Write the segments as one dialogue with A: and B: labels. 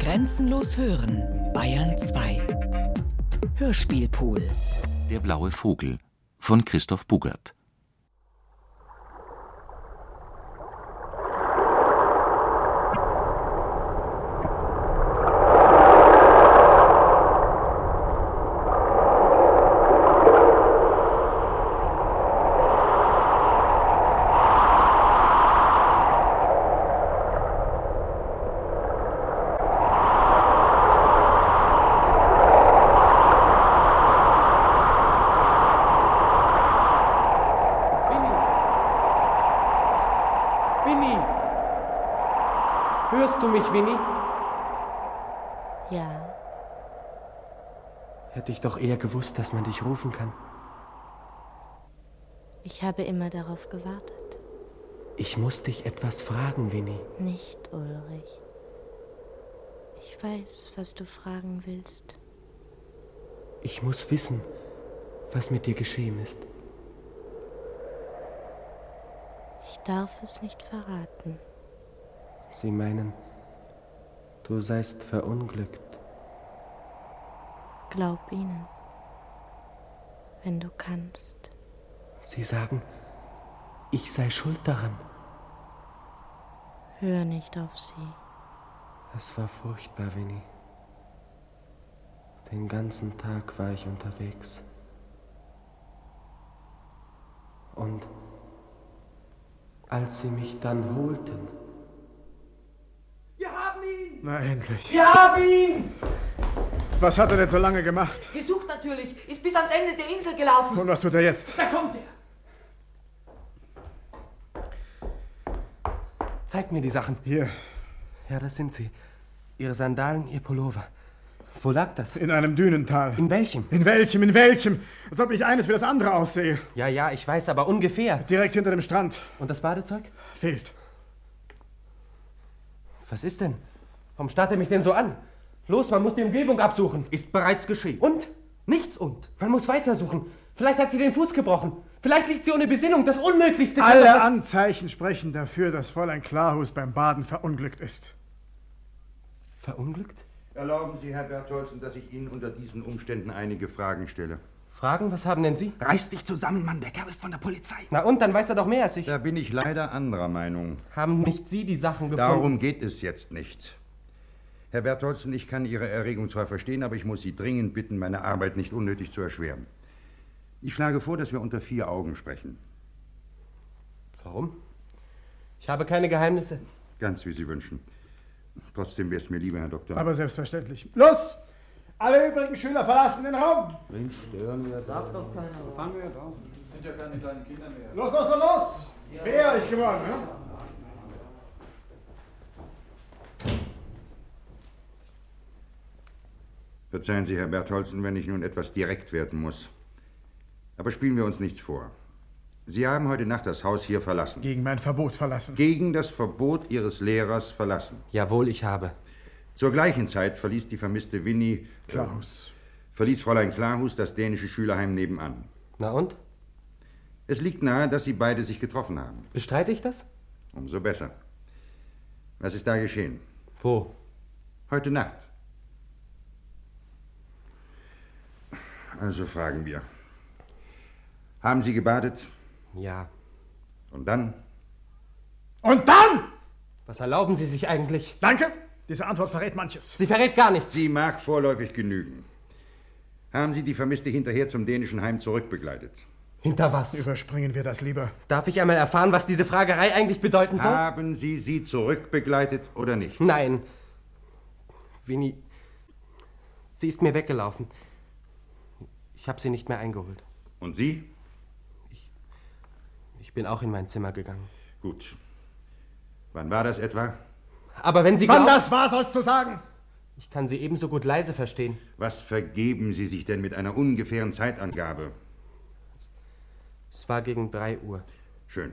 A: Grenzenlos hören, Bayern 2. Hörspielpool.
B: Der blaue Vogel von Christoph Bugert.
C: Winnie! Winnie! Hörst du mich, Winnie?
D: Ja,
C: Hätte ich doch eher gewusst, dass man dich rufen kann.
D: ich habe immer darauf gewartet.
C: Ich muss dich etwas fragen, Winnie.
D: Nicht, Ulrich. Ich weiß, was du fragen willst.
C: Ich muss wissen, was mit dir geschehen ist.
D: Ich darf es nicht verraten.
C: Sie meinen, du seist verunglückt.
D: Glaub ihnen. Wenn du kannst.
C: Sie sagen, ich sei schuld daran.
D: Hör nicht auf sie.
C: Es war furchtbar, Winnie. Den ganzen Tag war ich unterwegs. Und als sie mich dann holten,
E: Wir haben ihn!
F: Na endlich.
E: Wir haben ihn!
F: Was hat er denn so lange gemacht?
E: Gesucht natürlich, ist bis ans Ende der Insel gelaufen.
F: Und was tut er jetzt?
E: Da kommt er!
C: zeig mir die Sachen.
F: Hier,
C: Ja, das sind sie. Ihre Sandalen, ihr Pullover. Wo lag das?
F: in einem Dünental.
C: In welchem?
F: In welchem, in welchem? Als ob nicht eines wie das andere aussehe.
C: Ja, ja, ich weiß, aber ungefähr.
F: Direkt hinter dem Strand.
C: Und das Badezeug?
F: Fehlt.
C: Was ist denn? Warum starrt er mich denn so an? Los, man muss die Umgebung absuchen.
G: Ist bereits geschehen.
C: Und?
G: Nichts und.
C: Man muss weitersuchen. Vielleicht hat sie den Fuß gebrochen. Vielleicht liegt sie ohne Besinnung. Das Unmöglichste. kann doch
F: Alle
C: was-
F: Anzeichen sprechen dafür, dass Fräulein Klarhus beim Baden verunglückt ist.
C: Verunglückt?
H: Erlauben Sie, Herr Bertholzen, dass ich Ihnen unter diesen Umständen einige Fragen stelle.
C: Fragen, was haben denn Sie?
G: Reiß dich zusammen, Mann. Der Kerl ist von der Polizei.
C: Na und, dann weiß er doch mehr als ich.
H: Da bin ich leider anderer Meinung.
C: Haben nicht Sie die Sachen gefunden?
H: Darum geht es jetzt nicht. Herr Bertholzen, ich kann Ihre Erregung zwar verstehen, aber ich muss Sie dringend bitten, meine Arbeit nicht unnötig zu erschweren. Ich schlage vor, dass wir unter vier Augen sprechen.
C: Warum? Ich habe keine Geheimnisse.
H: Ganz wie Sie wünschen. Trotzdem wäre es mir lieber, Herr Doktor.
F: Aber selbstverständlich. Los! Alle übrigen Schüler verlassen den Raum. Wen stören wir da? Sag doch keiner. Fangen wir drauf. Sind ja keine kleinen Kinder mehr. Los, los, los, los! Schwer euch geworden, ne?
H: Verzeihen Sie, Herr Bertholzen, wenn ich nun etwas direkt werden muss. Aber spielen wir uns nichts vor. Sie haben heute Nacht das Haus hier verlassen.
F: Gegen mein Verbot verlassen.
H: Gegen das Verbot Ihres Lehrers verlassen.
C: Jawohl, ich habe.
H: Zur gleichen Zeit verließ die vermisste Winnie
F: Klaus.
H: Äh, verließ Fräulein Klarhus das dänische Schülerheim nebenan.
C: Na und?
H: Es liegt nahe, dass sie beide sich getroffen haben.
C: Bestreite ich das?
H: Umso besser. Was ist da geschehen?
C: Wo?
H: Heute Nacht. Also fragen wir. Haben Sie gebadet?
C: Ja.
H: Und dann?
F: Und dann!
C: Was erlauben Sie sich eigentlich?
F: Danke. Diese Antwort verrät manches.
C: Sie verrät gar nichts.
H: Sie mag vorläufig genügen. Haben Sie die Vermisste hinterher zum dänischen Heim zurückbegleitet?
C: Hinter was?
F: Überspringen wir das lieber.
C: Darf ich einmal erfahren, was diese Fragerei eigentlich bedeuten soll?
H: Haben Sie sie zurückbegleitet oder nicht?
C: Nein. Winnie, sie ist mir weggelaufen. Ich habe sie nicht mehr eingeholt.
H: Und Sie?
C: Ich bin auch in mein Zimmer gegangen.
H: Gut. Wann war das etwa?
C: Aber wenn sie
F: Wann
C: glaubt-
F: das war, sollst du sagen.
C: Ich kann sie ebenso gut leise verstehen.
H: Was vergeben Sie sich denn mit einer ungefähren Zeitangabe?
C: Es war gegen 3 Uhr.
H: Schön.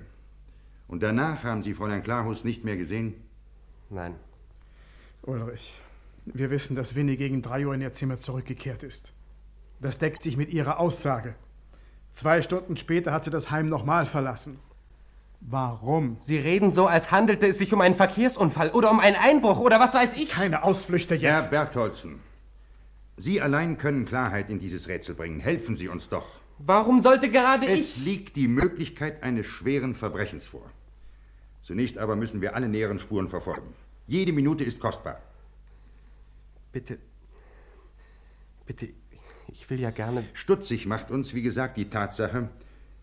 H: Und danach haben Sie Fräulein Klarhus nicht mehr gesehen?
C: Nein.
F: Ulrich, wir wissen, dass Winnie gegen 3 Uhr in ihr Zimmer zurückgekehrt ist. Das deckt sich mit ihrer Aussage. Zwei Stunden später hat sie das Heim nochmal verlassen. Warum?
C: Sie reden so, als handelte es sich um einen Verkehrsunfall oder um einen Einbruch oder was weiß ich.
F: Keine Ausflüchte
H: Herr
F: jetzt.
H: Bertholzen, Sie allein können Klarheit in dieses Rätsel bringen. Helfen Sie uns doch.
C: Warum sollte gerade
H: Es
C: ich...
H: liegt die Möglichkeit eines schweren Verbrechens vor. Zunächst aber müssen wir alle näheren Spuren verfolgen. Jede Minute ist kostbar.
C: Bitte, bitte, ich will ja gerne...
H: Stutzig macht uns, wie gesagt, die Tatsache,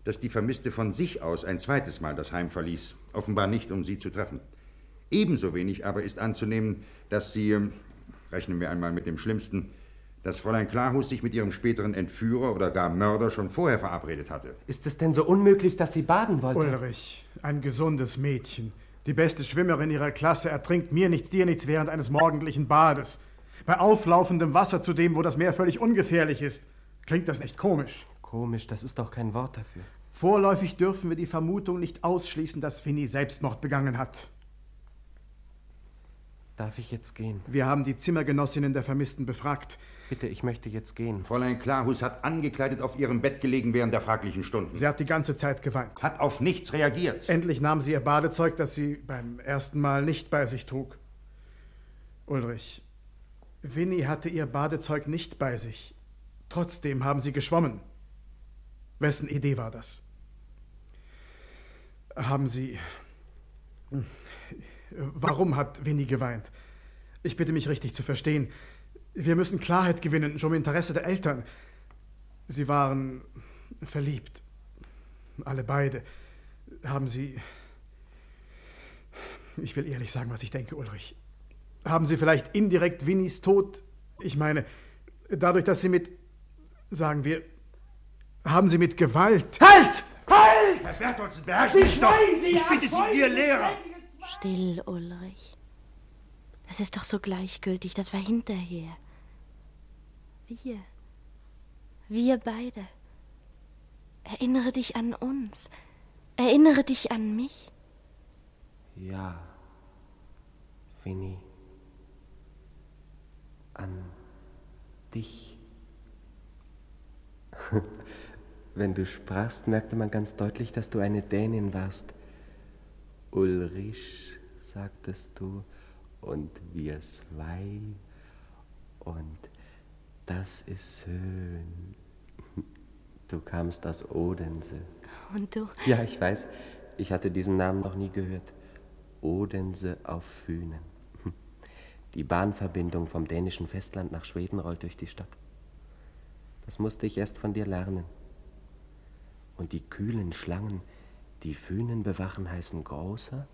H: dass die Vermisste von sich aus ein zweites Mal das Heim verließ, offenbar nicht, um sie zu treffen. Ebenso wenig aber ist anzunehmen, dass sie, ähm, rechnen wir einmal mit dem Schlimmsten, dass Fräulein Klarhus sich mit ihrem späteren Entführer oder gar Mörder schon vorher verabredet hatte.
C: Ist es denn so unmöglich, dass sie baden wollte?
F: Ulrich, ein gesundes Mädchen. Die beste Schwimmerin ihrer Klasse ertrinkt mir nichts, dir nichts während eines morgendlichen Bades. Bei auflaufendem Wasser zu dem, wo das Meer völlig ungefährlich ist. Klingt das nicht komisch?
C: Komisch, das ist doch kein Wort dafür.
F: Vorläufig dürfen wir die Vermutung nicht ausschließen, dass Finny Selbstmord begangen hat.
C: Darf ich jetzt gehen?
F: Wir haben die Zimmergenossinnen der Vermissten befragt.
C: Bitte, ich möchte jetzt gehen.
H: Fräulein Klarhus hat angekleidet auf ihrem Bett gelegen während der fraglichen Stunden.
F: Sie hat die ganze Zeit geweint.
H: Hat auf nichts reagiert.
F: Endlich nahm sie ihr Badezeug, das sie beim ersten Mal nicht bei sich trug. Ulrich, Winnie hatte ihr Badezeug nicht bei sich. Trotzdem haben sie geschwommen. Wessen Idee war das? Haben sie. hm, Warum hat Winnie geweint? Ich bitte mich richtig zu verstehen. Wir müssen Klarheit gewinnen, schon im Interesse der Eltern. Sie waren verliebt. Alle beide. Haben Sie. Ich will ehrlich sagen, was ich denke, Ulrich. Haben Sie vielleicht indirekt Winnies Tod? Ich meine, dadurch, dass Sie mit. Sagen wir. Haben Sie mit Gewalt.
E: Halt! Halt!
H: Herr Bertholzen, beherrschen Sie sich doch! Ich bitte Sie, Ihr Lehrer!
D: Still, Ulrich. Das ist doch so gleichgültig, das war hinterher. Wir. Wir beide. Erinnere dich an uns. Erinnere dich an mich.
C: Ja, Winnie. An dich. Wenn du sprachst, merkte man ganz deutlich, dass du eine Dänin warst. Ulrich, sagtest du, und wir zwei. Und das ist schön. Du kamst aus Odense.
D: Und du.
C: Ja, ich weiß. Ich hatte diesen Namen noch nie gehört. Odense auf Fünen. Hm. Die Bahnverbindung vom dänischen Festland nach Schweden rollt durch die Stadt. Das musste ich erst von dir lernen. Und die kühlen Schlangen, die Fünen bewachen, heißen großer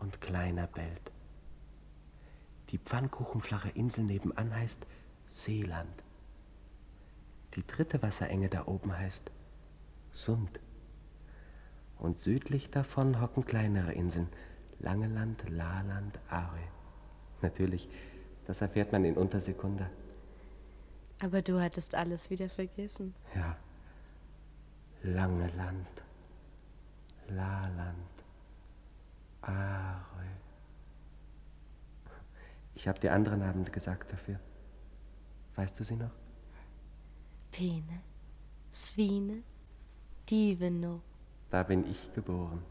C: und kleiner Belt. Die pfannkuchenflache Insel nebenan heißt Seeland. Die dritte Wasserenge da oben heißt Sund. Und südlich davon hocken kleinere Inseln. Langeland, Laaland, Aare. Natürlich, das erfährt man in Untersekunde.
D: Aber du hattest alles wieder vergessen.
C: Ja. Langeland, Laaland, Aare. Ich habe dir anderen Abend gesagt dafür. Weißt du sie noch?
D: Pene, Swine, Diveno.
C: Da bin ich geboren.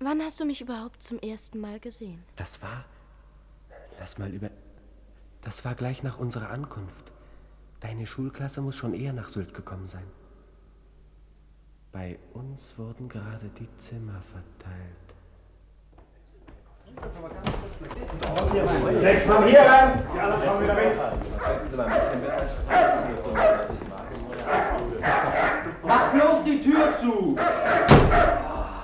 D: Wann hast du mich überhaupt zum ersten Mal gesehen?
C: Das war. Lass mal über. Das war gleich nach unserer Ankunft. Deine Schulklasse muss schon eher nach Sylt gekommen sein. Bei uns wurden gerade die Zimmer verteilt.
G: Mach bloß die Tür zu!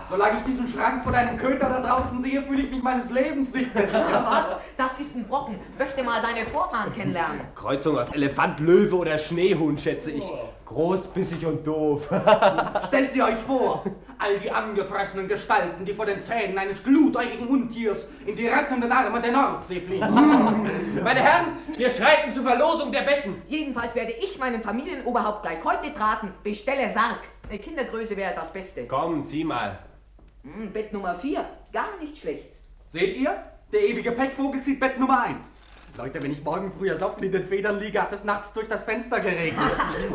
G: Solange ich diesen Schrank vor deinem Köter da draußen sehe, fühle ich mich meines Lebens nicht mehr sicher.
I: Was? Das ist ein Brocken. Möchte mal seine Vorfahren kennenlernen.
C: Kreuzung aus Elefant, Löwe oder Schneehuhn, schätze ich. Groß, bissig und doof.
G: Oh. Stellt sie euch vor! All die angefressenen Gestalten, die vor den Zähnen eines glutäugigen Untiers in die rettenden Arme der Nordsee fliegen.
E: Meine Herren, wir schreiten zur Verlosung der Betten.
I: Jedenfalls werde ich meinen Familienoberhaupt gleich heute traten. Bestelle Sarg. Eine Kindergröße wäre das Beste.
E: Komm, zieh mal.
I: Hm, Bett Nummer 4. Gar nicht schlecht.
G: Seht ihr? Der ewige Pechvogel zieht Bett Nummer 1. Leute, wenn ich morgen früh ersoffen in den Federn liege, hat es nachts durch das Fenster geregnet.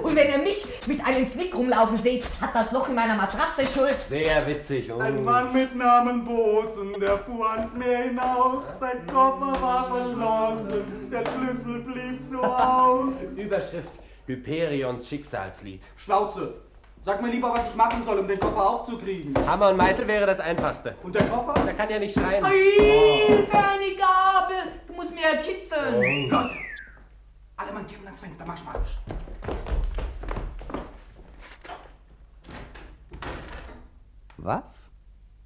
I: Und wenn ihr mich mit einem Knick rumlaufen seht, hat das Loch in meiner Matratze Schuld.
E: Sehr witzig und...
G: Ein Mann mit Namen Bosen, der fuhr ans Meer hinaus. Sein Koffer war verschlossen, der Schlüssel blieb so aus.
E: Überschrift Hyperions Schicksalslied.
G: Schnauze, sag mir lieber, was ich machen soll, um den Koffer aufzukriegen.
E: Hammer und Meißel wäre das Einfachste.
G: Und der Koffer?
E: Da kann ja nicht schreien.
I: Hilfe, eine Gabel! Du musst mir ja kitzeln.
G: Gott! Alle Mann kippen ans Fenster, marsch, marsch.
J: Was?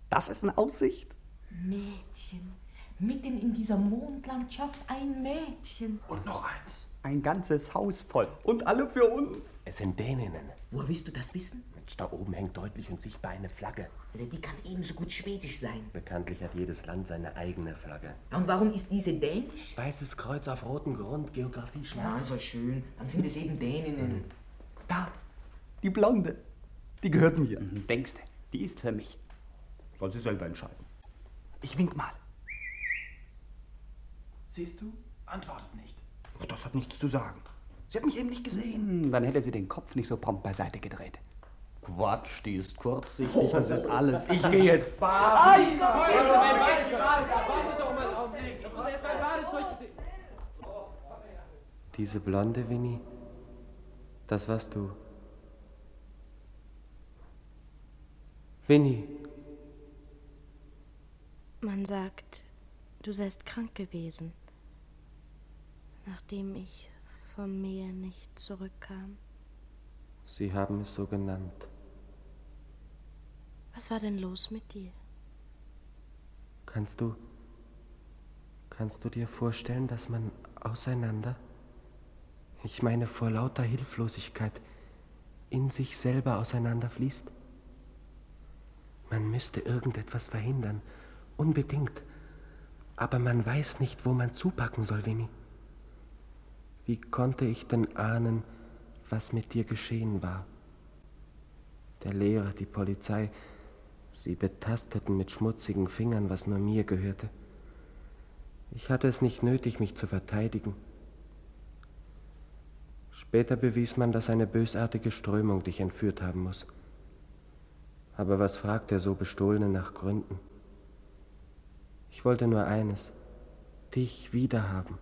J: Das ist eine Aussicht?
I: Mädchen, mitten in dieser Mondlandschaft ein Mädchen.
G: Und noch eins.
J: Ein ganzes Haus voll. Und alle für uns.
E: Es sind Däninnen.
K: Woher willst du das wissen?
E: Mensch, da oben hängt deutlich und sichtbar eine Flagge.
K: Also die kann ebenso gut schwedisch sein.
E: Bekanntlich hat jedes Land seine eigene Flagge.
K: Und warum ist diese dänisch?
E: Weißes Kreuz auf rotem Grund, Geografie schlag.
K: Na, Ah, so schön. Dann sind es eben Däninnen.
J: Da. Die Blonde. Die gehört mir. Denkst du, die ist für mich. Soll sie selber entscheiden. Ich wink mal.
G: Siehst du? Antwortet nicht.
L: Oh,
J: Ach, das hat nichts zu sagen.
G: Sie hat mich eben nicht gesehen.
J: Dann hätte sie den Kopf nicht so prompt beiseite gedreht. Quatsch, die ist kurzsichtig, das ist alles. Ich gehe jetzt.
C: Diese blonde Winnie, das warst du. Winnie,
D: Man sagt, du seist krank gewesen, nachdem ich vom Meer nicht zurückkam.
C: sie haben es so genannt.
D: Was war denn los mit dir?
C: Kannst du. Kannst du dir vorstellen, dass man auseinander. Ich meine, vor lauter Hilflosigkeit in sich selber auseinanderfließt? Man müsste irgendetwas verhindern. Unbedingt. Aber man weiß nicht, wo man zupacken soll, Winnie. Wie konnte ich denn ahnen, was mit dir geschehen war? Der Lehrer, die Polizei, Sie betasteten mit schmutzigen Fingern, was nur mir gehörte. Ich hatte es nicht nötig, mich zu verteidigen. Später bewies man, dass eine bösartige Strömung dich entführt haben muss. Aber was fragt der so Bestohlene nach Gründen? Ich wollte nur eines, dich wiederhaben.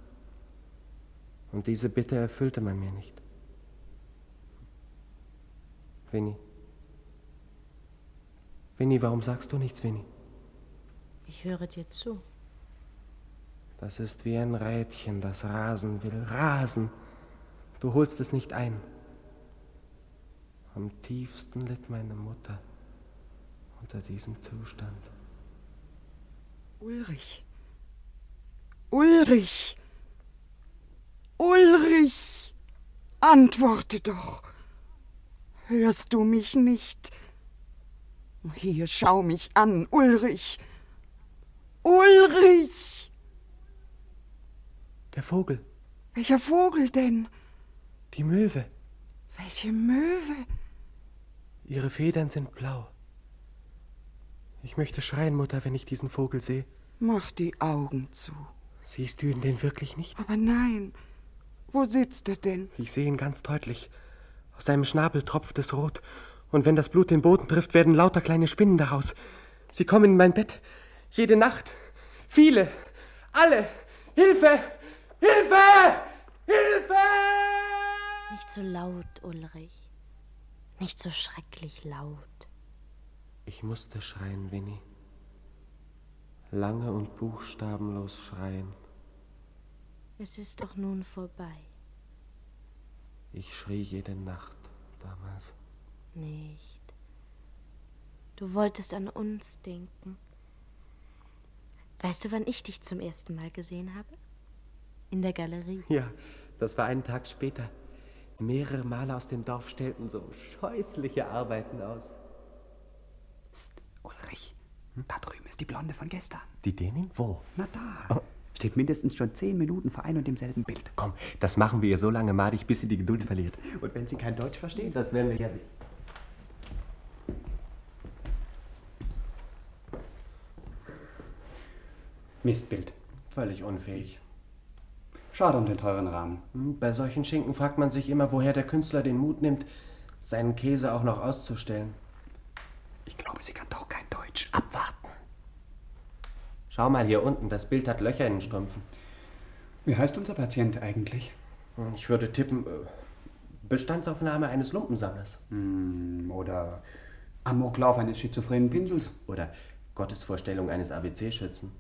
C: Und diese Bitte erfüllte man mir nicht. Winnie. Winnie, warum sagst du nichts, Winnie?
D: Ich höre dir zu.
C: Das ist wie ein Rädchen, das rasen will. Rasen! Du holst es nicht ein. Am tiefsten litt meine Mutter unter diesem Zustand.
A: Ulrich. Ulrich. Ulrich. Antworte doch. Hörst du mich nicht? Hier, schau mich an, Ulrich. Ulrich.
C: Der Vogel,
A: Welcher Vogel denn?
C: die Möwe,
A: Welche Möwe?
C: ihre Federn sind blau. Ich möchte schreien, Mutter, wenn ich diesen Vogel sehe.
A: Mach die Augen zu.
C: Siehst du ihn denn wirklich nicht?
A: Aber nein. Wo sitzt er denn?
C: Ich sehe ihn ganz deutlich. Aus seinem Schnabel tropft es rot. Und wenn das Blut den Boden trifft, werden lauter kleine Spinnen daraus. Sie kommen in mein Bett. Jede Nacht. Viele. Alle. Hilfe! Hilfe! Hilfe!
D: Nicht so laut, Ulrich. Nicht so schrecklich laut.
C: Ich musste schreien, Winnie. Lange und buchstabenlos schreien.
D: Es ist doch nun vorbei.
C: Ich schrie jede Nacht damals.
D: Nicht. Du wolltest an uns denken. Weißt du, wann ich dich zum ersten Mal gesehen habe? In der Galerie.
C: Ja, das war einen Tag später. Mehrere Maler aus dem Dorf stellten so scheußliche Arbeiten aus.
J: Psst, Ulrich. Hm? Da drüben ist die Blonde von gestern.
E: Die Dänin? Wo?
J: Na da. Steht mindestens schon zehn Minuten vor ein und demselben Bild.
E: Komm, das machen wir ihr so lange madig, bis sie die Geduld verliert.
J: Und wenn sie kein Deutsch versteht,
E: Das werden wir ja sehen.
J: Mistbild.
E: Völlig unfähig.
J: Schade um den teuren Rahmen.
C: Hm, Bei solchen Schinken fragt man sich immer, woher der Künstler den Mut nimmt, seinen Käse auch noch auszustellen. Ich glaube, sie kann doch kein Deutsch. Abwarten. Schau mal hier unten, das Bild hat Löcher in den Strümpfen.
J: Wie heißt unser Patient eigentlich?
C: Ich würde tippen, äh, Bestandsaufnahme eines Lumpensammlers. Oder Amoklauf eines schizophrenen Pinsels. Oder Gottesvorstellung eines ABC-Schützen.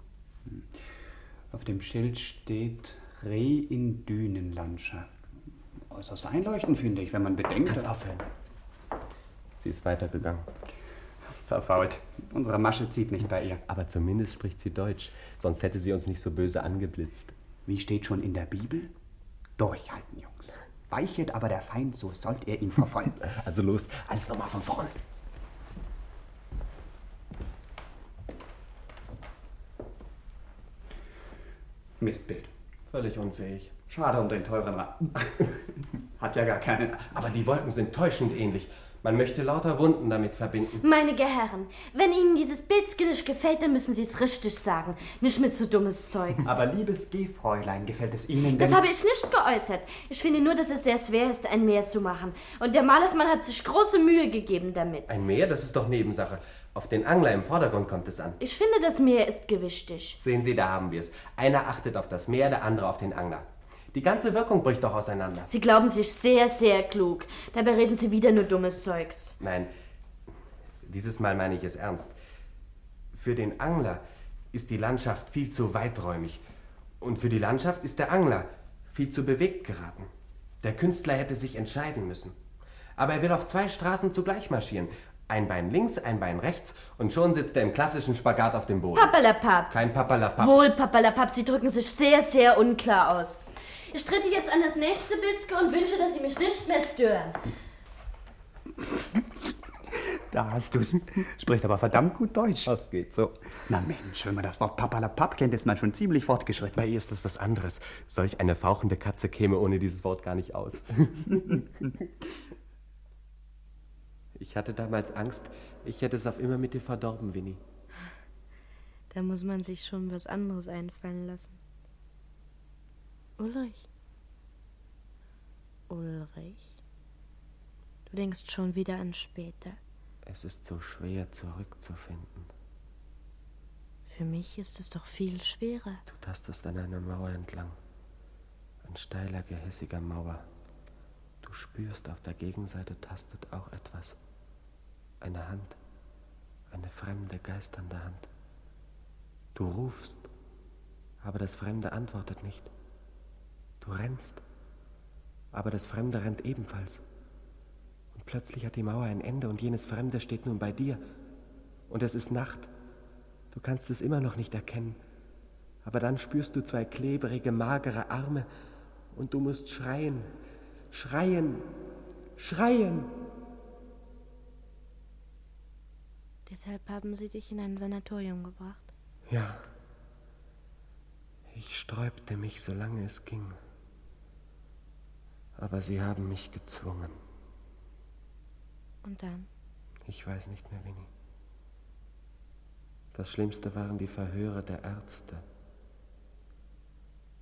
J: Auf dem Schild steht Reh in Dünenlandschaft. Äußerst einleuchtend, finde ich, wenn man bedenkt.
C: Kannst aufhören. Sie ist weitergegangen.
J: Verfault. Unsere Masche zieht nicht bei ihr.
C: Aber zumindest spricht sie Deutsch, sonst hätte sie uns nicht so böse angeblitzt.
J: Wie steht schon in der Bibel? Durchhalten, Jungs. Weichet aber der Feind, so sollt ihr ihn verfolgen.
C: Also los, alles nochmal von vorn.
J: Mistbild.
C: Völlig unfähig.
J: Schade um den teuren Rahmen.
C: Hat ja gar keinen. Aber die Wolken sind täuschend ähnlich. Man möchte lauter Wunden damit verbinden.
D: Meine Herren, wenn Ihnen dieses Bildskillisch gefällt, dann müssen Sie es richtig sagen. Nicht mit so dummes Zeugs.
J: Aber liebes G-Fräulein, gefällt es Ihnen denn?
D: Das habe ich nicht geäußert. Ich finde nur, dass es sehr schwer ist, ein Meer zu machen. Und der Malersmann hat sich große Mühe gegeben damit.
C: Ein Meer, das ist doch Nebensache. Auf den Angler im Vordergrund kommt es an.
D: Ich finde, das Meer ist gewichtig.
C: Sehen Sie, da haben wir es. Einer achtet auf das Meer, der andere auf den Angler. Die ganze Wirkung bricht doch auseinander.
D: Sie glauben sich sehr, sehr klug. Dabei reden Sie wieder nur dummes Zeugs.
C: Nein, dieses Mal meine ich es ernst. Für den Angler ist die Landschaft viel zu weiträumig. Und für die Landschaft ist der Angler viel zu bewegt geraten. Der Künstler hätte sich entscheiden müssen. Aber er will auf zwei Straßen zugleich marschieren. Ein Bein links, ein Bein rechts und schon sitzt er im klassischen Spagat auf dem Boden.
D: Papalapap.
C: Kein Papalapap.
D: Wohl, Papalapap, Sie drücken sich sehr, sehr unklar aus. Ich trete jetzt an das nächste Bitzke und wünsche, dass Sie mich nicht mehr stören.
J: Da hast du's. Spricht aber verdammt gut Deutsch. Das geht so. Na Mensch, wenn man das Wort Papalapap kennt, ist man schon ziemlich fortgeschritten.
C: Bei ihr ist das was anderes. Solch eine fauchende Katze käme ohne dieses Wort gar nicht aus. ich hatte damals Angst, ich hätte es auf immer mit dir verdorben, Winnie.
D: Da muss man sich schon was anderes einfallen lassen. Ulrich. Ulrich. Du denkst schon wieder an später.
C: Es ist so schwer zurückzufinden.
D: Für mich ist es doch viel schwerer.
C: Du tastest an einer Mauer entlang. An steiler, gehässiger Mauer. Du spürst, auf der Gegenseite tastet auch etwas. Eine Hand. Eine fremde, geisternde Hand. Du rufst, aber das Fremde antwortet nicht. Du rennst, aber das Fremde rennt ebenfalls. Und plötzlich hat die Mauer ein Ende und jenes Fremde steht nun bei dir. Und es ist Nacht. Du kannst es immer noch nicht erkennen. Aber dann spürst du zwei klebrige, magere Arme und du musst schreien, schreien, schreien.
D: Deshalb haben sie dich in ein Sanatorium gebracht.
C: Ja. Ich sträubte mich, solange es ging. Aber sie haben mich gezwungen.
D: Und dann?
C: Ich weiß nicht mehr, Winnie. Das Schlimmste waren die Verhöre der Ärzte.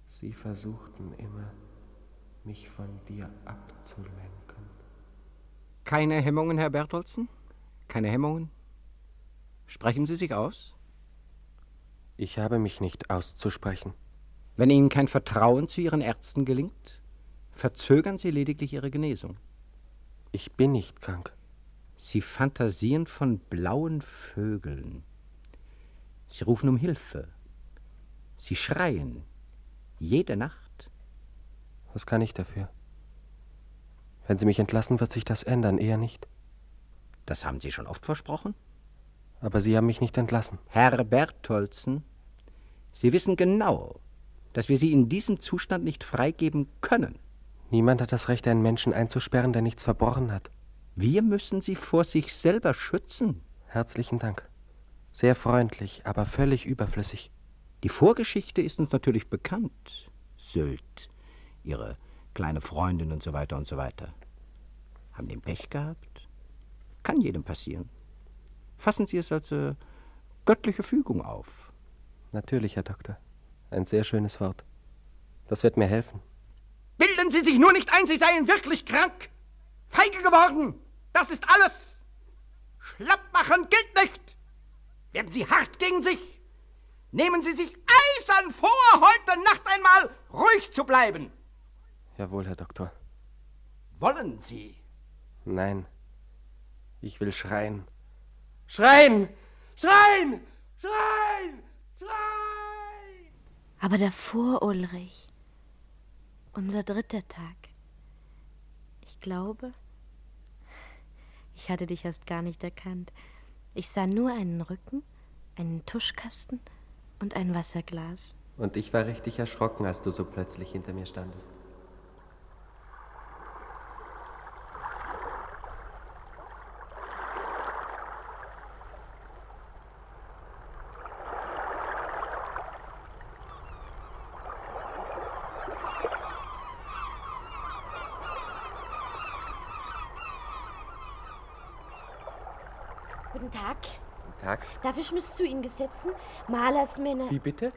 C: Sie versuchten immer, mich von dir abzulenken.
L: Keine Hemmungen, Herr Bertolzen? Keine Hemmungen? Sprechen Sie sich aus?
C: Ich habe mich nicht auszusprechen.
L: Wenn Ihnen kein Vertrauen zu Ihren Ärzten gelingt, verzögern Sie lediglich Ihre Genesung.
C: Ich bin nicht krank.
L: Sie fantasieren von blauen Vögeln. Sie rufen um Hilfe. Sie schreien. Jede Nacht.
C: Was kann ich dafür? Wenn Sie mich entlassen, wird sich das ändern, eher nicht.
L: Das haben Sie schon oft versprochen.
C: Aber Sie haben mich nicht entlassen.
L: Herr Bertolzen, Sie wissen genau, dass wir Sie in diesem Zustand nicht freigeben können.
C: Niemand hat das Recht, einen Menschen einzusperren, der nichts verbrochen hat.
L: Wir müssen Sie vor sich selber schützen.
C: Herzlichen Dank. Sehr freundlich, aber völlig überflüssig.
L: Die Vorgeschichte ist uns natürlich bekannt. Sylt, Ihre kleine Freundin und so weiter und so weiter. Haben den Pech gehabt? Kann jedem passieren. Fassen Sie es als äh, göttliche Fügung auf.
C: Natürlich, Herr Doktor. Ein sehr schönes Wort. Das wird mir helfen.
H: Bilden Sie sich nur nicht ein, Sie seien wirklich krank. Feige geworden. Das ist alles. Schlapp machen gilt nicht. Werden Sie hart gegen sich. Nehmen Sie sich eisern vor, heute Nacht einmal ruhig zu bleiben.
C: Jawohl, Herr Doktor.
H: Wollen Sie?
C: Nein. Ich will schreien.
H: Schreien! Schreien! Schreien!
J: Aber davor, Ulrich, unser dritter Tag. Ich glaube, ich hatte dich erst gar nicht erkannt. Ich sah nur einen Rücken, einen Tuschkasten und ein Wasserglas.
C: Und ich war richtig erschrocken, als du so plötzlich hinter mir standest.
D: Guten Tag.
C: Tag.
D: Darf ich mich zu Ihnen gesetzen? Malersmänner.
C: Wie bitte?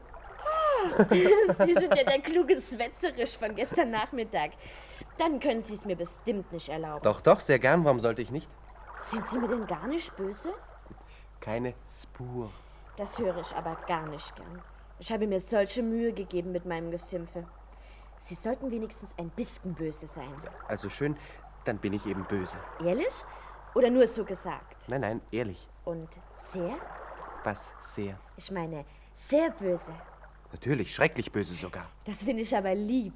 D: Ah, Sie sind ja der kluge Schwätzerisch von gestern Nachmittag. Dann können Sie es mir bestimmt nicht erlauben.
C: Doch, doch, sehr gern. Warum sollte ich nicht?
D: Sind Sie mir denn gar nicht böse?
C: Keine Spur.
D: Das höre ich aber gar nicht gern. Ich habe mir solche Mühe gegeben mit meinem Geschimpfe. Sie sollten wenigstens ein bisschen böse sein.
C: Also schön, dann bin ich eben böse.
D: Ehrlich? Oder nur so gesagt?
C: Nein, nein, ehrlich.
D: Und sehr?
C: Was sehr.
D: Ich meine, sehr böse.
C: Natürlich, schrecklich böse sogar.
D: Das finde ich aber lieb.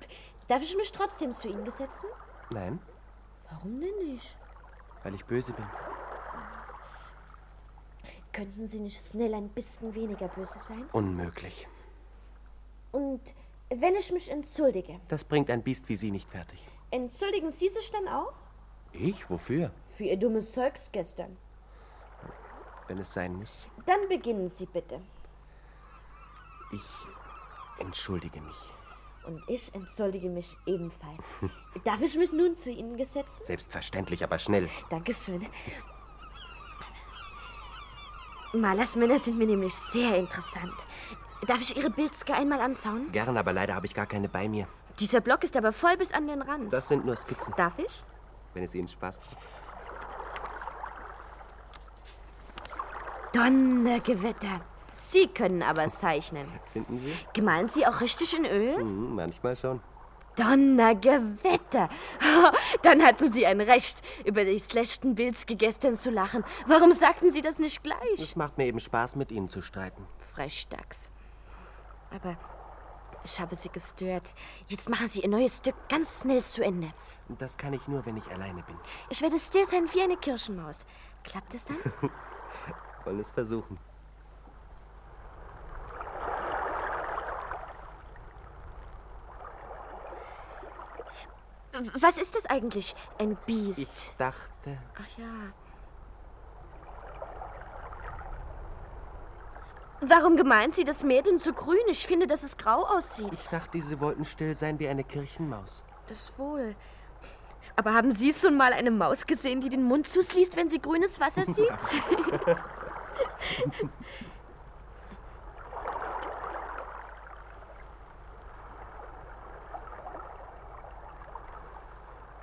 D: Darf ich mich trotzdem zu Ihnen gesetzen?
C: Nein,
D: Warum denn nicht?
C: weil ich böse bin.
D: Könnten Sie nicht schnell ein bisschen weniger böse sein?
C: Unmöglich.
D: Und wenn ich mich entschuldige,
C: Das bringt ein Biest wie Sie nicht fertig.
D: entschuldigen Sie sich dann auch?
C: Ich? Wofür?
D: Für Ihr dummes Zeugs gestern.
C: Wenn es sein muss.
D: Dann beginnen Sie bitte.
C: Ich entschuldige mich.
D: Und ich entschuldige mich ebenfalls. Darf ich mich nun zu Ihnen gesetzen?
C: Selbstverständlich, aber schnell.
D: Dankeschön. Malersmänner sind mir nämlich sehr interessant. Darf ich Ihre Bildske einmal anschauen?
C: Gern, aber leider habe ich gar keine bei mir.
D: Dieser Block ist aber voll bis an den Rand.
C: Das sind nur Skizzen.
D: Darf ich?
C: Wenn es Ihnen Spaß macht.
D: Donnergewitter. Sie können aber zeichnen.
C: Finden Sie?
D: Gemahlen Sie auch richtig in Öl?
C: Hm, manchmal schon.
D: Donnergewitter. Dann hatten Sie ein Recht, über die schlechten Bilzke gestern zu lachen. Warum sagten Sie das nicht gleich?
C: Es macht mir eben Spaß, mit Ihnen zu streiten.
D: Frechdachs. Aber ich habe Sie gestört. Jetzt machen Sie Ihr neues Stück ganz schnell zu Ende.
C: Das kann ich nur, wenn ich alleine bin.
D: Ich werde still sein wie eine Kirschenmaus. Klappt es dann?
C: Wollen es versuchen.
D: W- Was ist das eigentlich? Ein Biest?
C: Ich dachte.
D: Ach ja. Warum gemeint Sie das Meer denn so grün? Ich finde, dass es grau aussieht.
C: Ich dachte, Sie wollten still sein wie eine Kirchenmaus.
D: Das wohl. Aber haben Sie schon mal eine Maus gesehen, die den Mund zuschließt, wenn sie grünes Wasser sieht?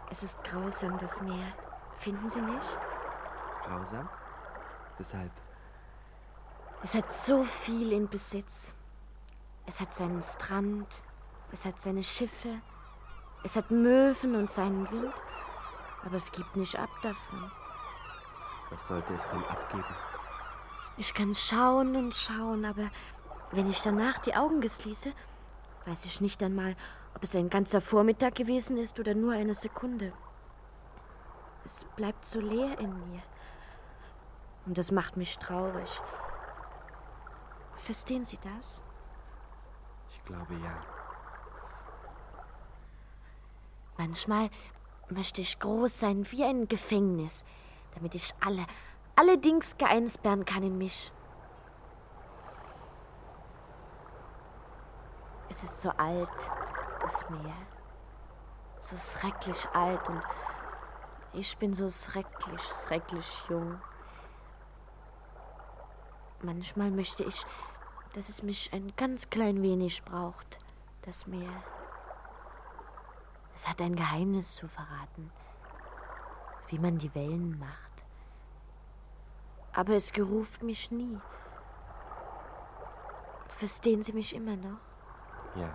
D: es ist grausam, das Meer. Finden Sie nicht?
C: Grausam? Weshalb?
D: Es hat so viel in Besitz. Es hat seinen Strand, es hat seine Schiffe, es hat Möwen und seinen Wind, aber es gibt nicht ab davon.
C: Was sollte es denn abgeben?
D: Ich kann schauen und schauen, aber wenn ich danach die Augen geschließe, weiß ich nicht einmal, ob es ein ganzer Vormittag gewesen ist oder nur eine Sekunde. Es bleibt so leer in mir. Und das macht mich traurig. Verstehen Sie das?
C: Ich glaube ja.
D: Manchmal möchte ich groß sein wie ein Gefängnis, damit ich alle, alle Dings einsperren kann in mich. Es ist so alt, das Meer. So schrecklich alt und ich bin so schrecklich, schrecklich jung. Manchmal möchte ich, dass es mich ein ganz klein wenig braucht, das Meer. Es hat ein Geheimnis zu verraten, wie man die Wellen macht. Aber es geruft mich nie. Verstehen Sie mich immer noch?
C: Ja.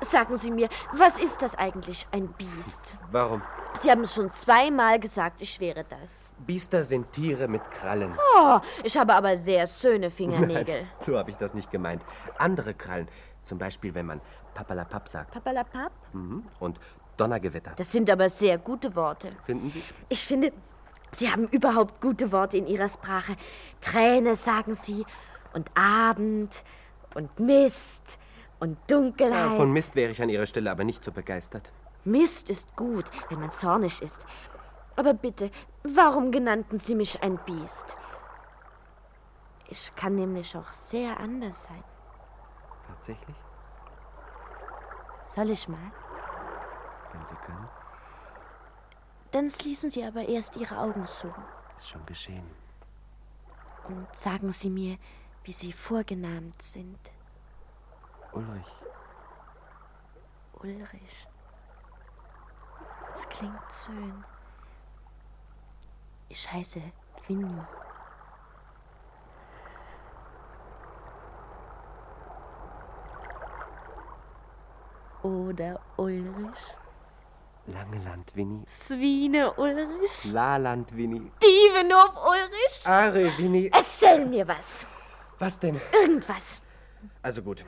D: Sagen Sie mir, was ist das eigentlich, ein Biest?
C: Warum?
D: Sie haben es schon zweimal gesagt, ich schwere das.
C: Biester sind Tiere mit Krallen.
D: Oh, ich habe aber sehr schöne Fingernägel.
C: Nein, so habe ich das nicht gemeint. Andere Krallen. Zum Beispiel, wenn man Papalapap sagt.
D: Papalapap?
C: Mhm. Und Donnergewitter.
D: Das sind aber sehr gute Worte.
C: Finden Sie?
D: Ich finde, Sie haben überhaupt gute Worte in Ihrer Sprache. Träne, sagen Sie, und Abend und Mist und Dunkelheit.
C: Ja, von Mist wäre ich an Ihrer Stelle aber nicht so begeistert.
D: Mist ist gut, wenn man zornig ist. Aber bitte, warum genannten Sie mich ein Biest? Ich kann nämlich auch sehr anders sein.
C: Tatsächlich?
D: Soll ich mal?
C: Wenn Sie können.
D: Dann schließen Sie aber erst Ihre Augen zu
C: Ist schon geschehen.
D: und sagen Sie mir, wie Sie vorgenannt sind.
C: Ulrich.
D: Ulrich. Das klingt schön. Ich heiße Winnie. Oder Ulrich.
C: Langeland, Winnie.
D: Swine Ulrich.
C: Laland, Winnie.
D: Dievenhof Ulrich.
C: Are, Winnie.
D: Erzähl mir was.
C: Was denn?
D: Irgendwas.
C: Also gut.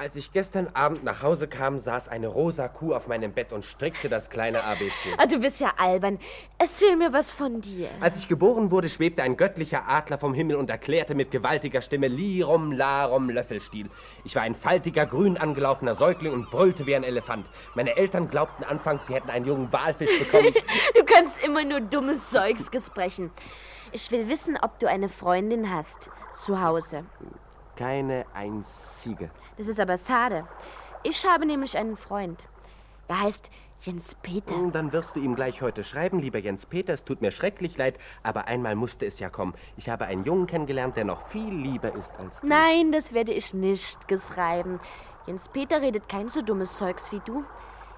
C: Als ich gestern Abend nach Hause kam, saß eine rosa Kuh auf meinem Bett und strickte das kleine ABC.
D: Ah, du bist ja albern. Erzähl mir was von dir.
C: Als ich geboren wurde, schwebte ein göttlicher Adler vom Himmel und erklärte mit gewaltiger Stimme Lirum Larum Löffelstiel. Ich war ein faltiger, grün angelaufener Säugling und brüllte wie ein Elefant. Meine Eltern glaubten anfangs, sie hätten einen jungen Walfisch bekommen.
D: Du kannst immer nur dummes Zeugs gesprechen. Ich will wissen, ob du eine Freundin hast. Zu Hause.
C: Keine einzige.
D: Das ist aber schade. Ich habe nämlich einen Freund. Er heißt Jens Peter.
C: Hm, Dann wirst du ihm gleich heute schreiben, lieber Jens Peter. Es tut mir schrecklich leid, aber einmal musste es ja kommen. Ich habe einen Jungen kennengelernt, der noch viel lieber ist als du.
D: Nein, das werde ich nicht geschreiben. Jens Peter redet kein so dummes Zeugs wie du.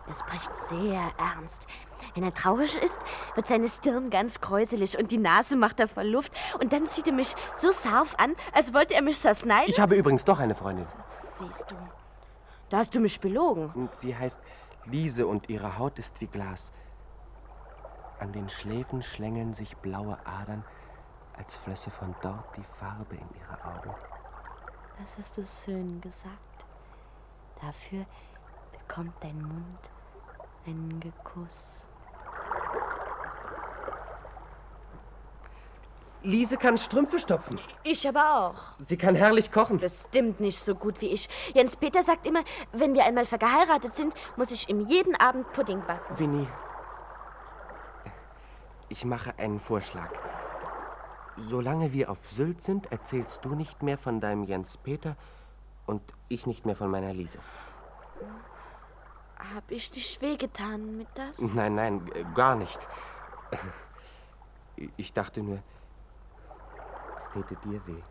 D: Er spricht sehr ernst. Wenn er traurig ist, wird seine Stirn ganz kräuselig und die Nase macht er voll Luft. Und dann sieht er mich so scharf an, als wollte er mich zersneiden.
C: Ich habe übrigens doch eine Freundin.
D: Siehst du, da hast du mich belogen.
C: Und sie heißt Liese und ihre Haut ist wie Glas. An den Schläfen schlängeln sich blaue Adern, als flösse von dort die Farbe in ihre Augen.
D: Das hast du schön gesagt. Dafür bekommt dein Mund einen Gekuss.
C: Liese kann Strümpfe stopfen.
D: Ich aber auch.
C: Sie kann herrlich kochen.
D: Bestimmt nicht so gut wie ich. Jens Peter sagt immer, wenn wir einmal verheiratet sind, muss ich ihm jeden Abend Pudding backen.
C: Winnie, ich mache einen Vorschlag. Solange wir auf Sylt sind, erzählst du nicht mehr von deinem Jens Peter und ich nicht mehr von meiner Liese.
D: Hab ich dich wehgetan mit das?
M: Mhm.
C: Nein, nein, äh, gar nicht. Ich dachte nur, es täte dir weh.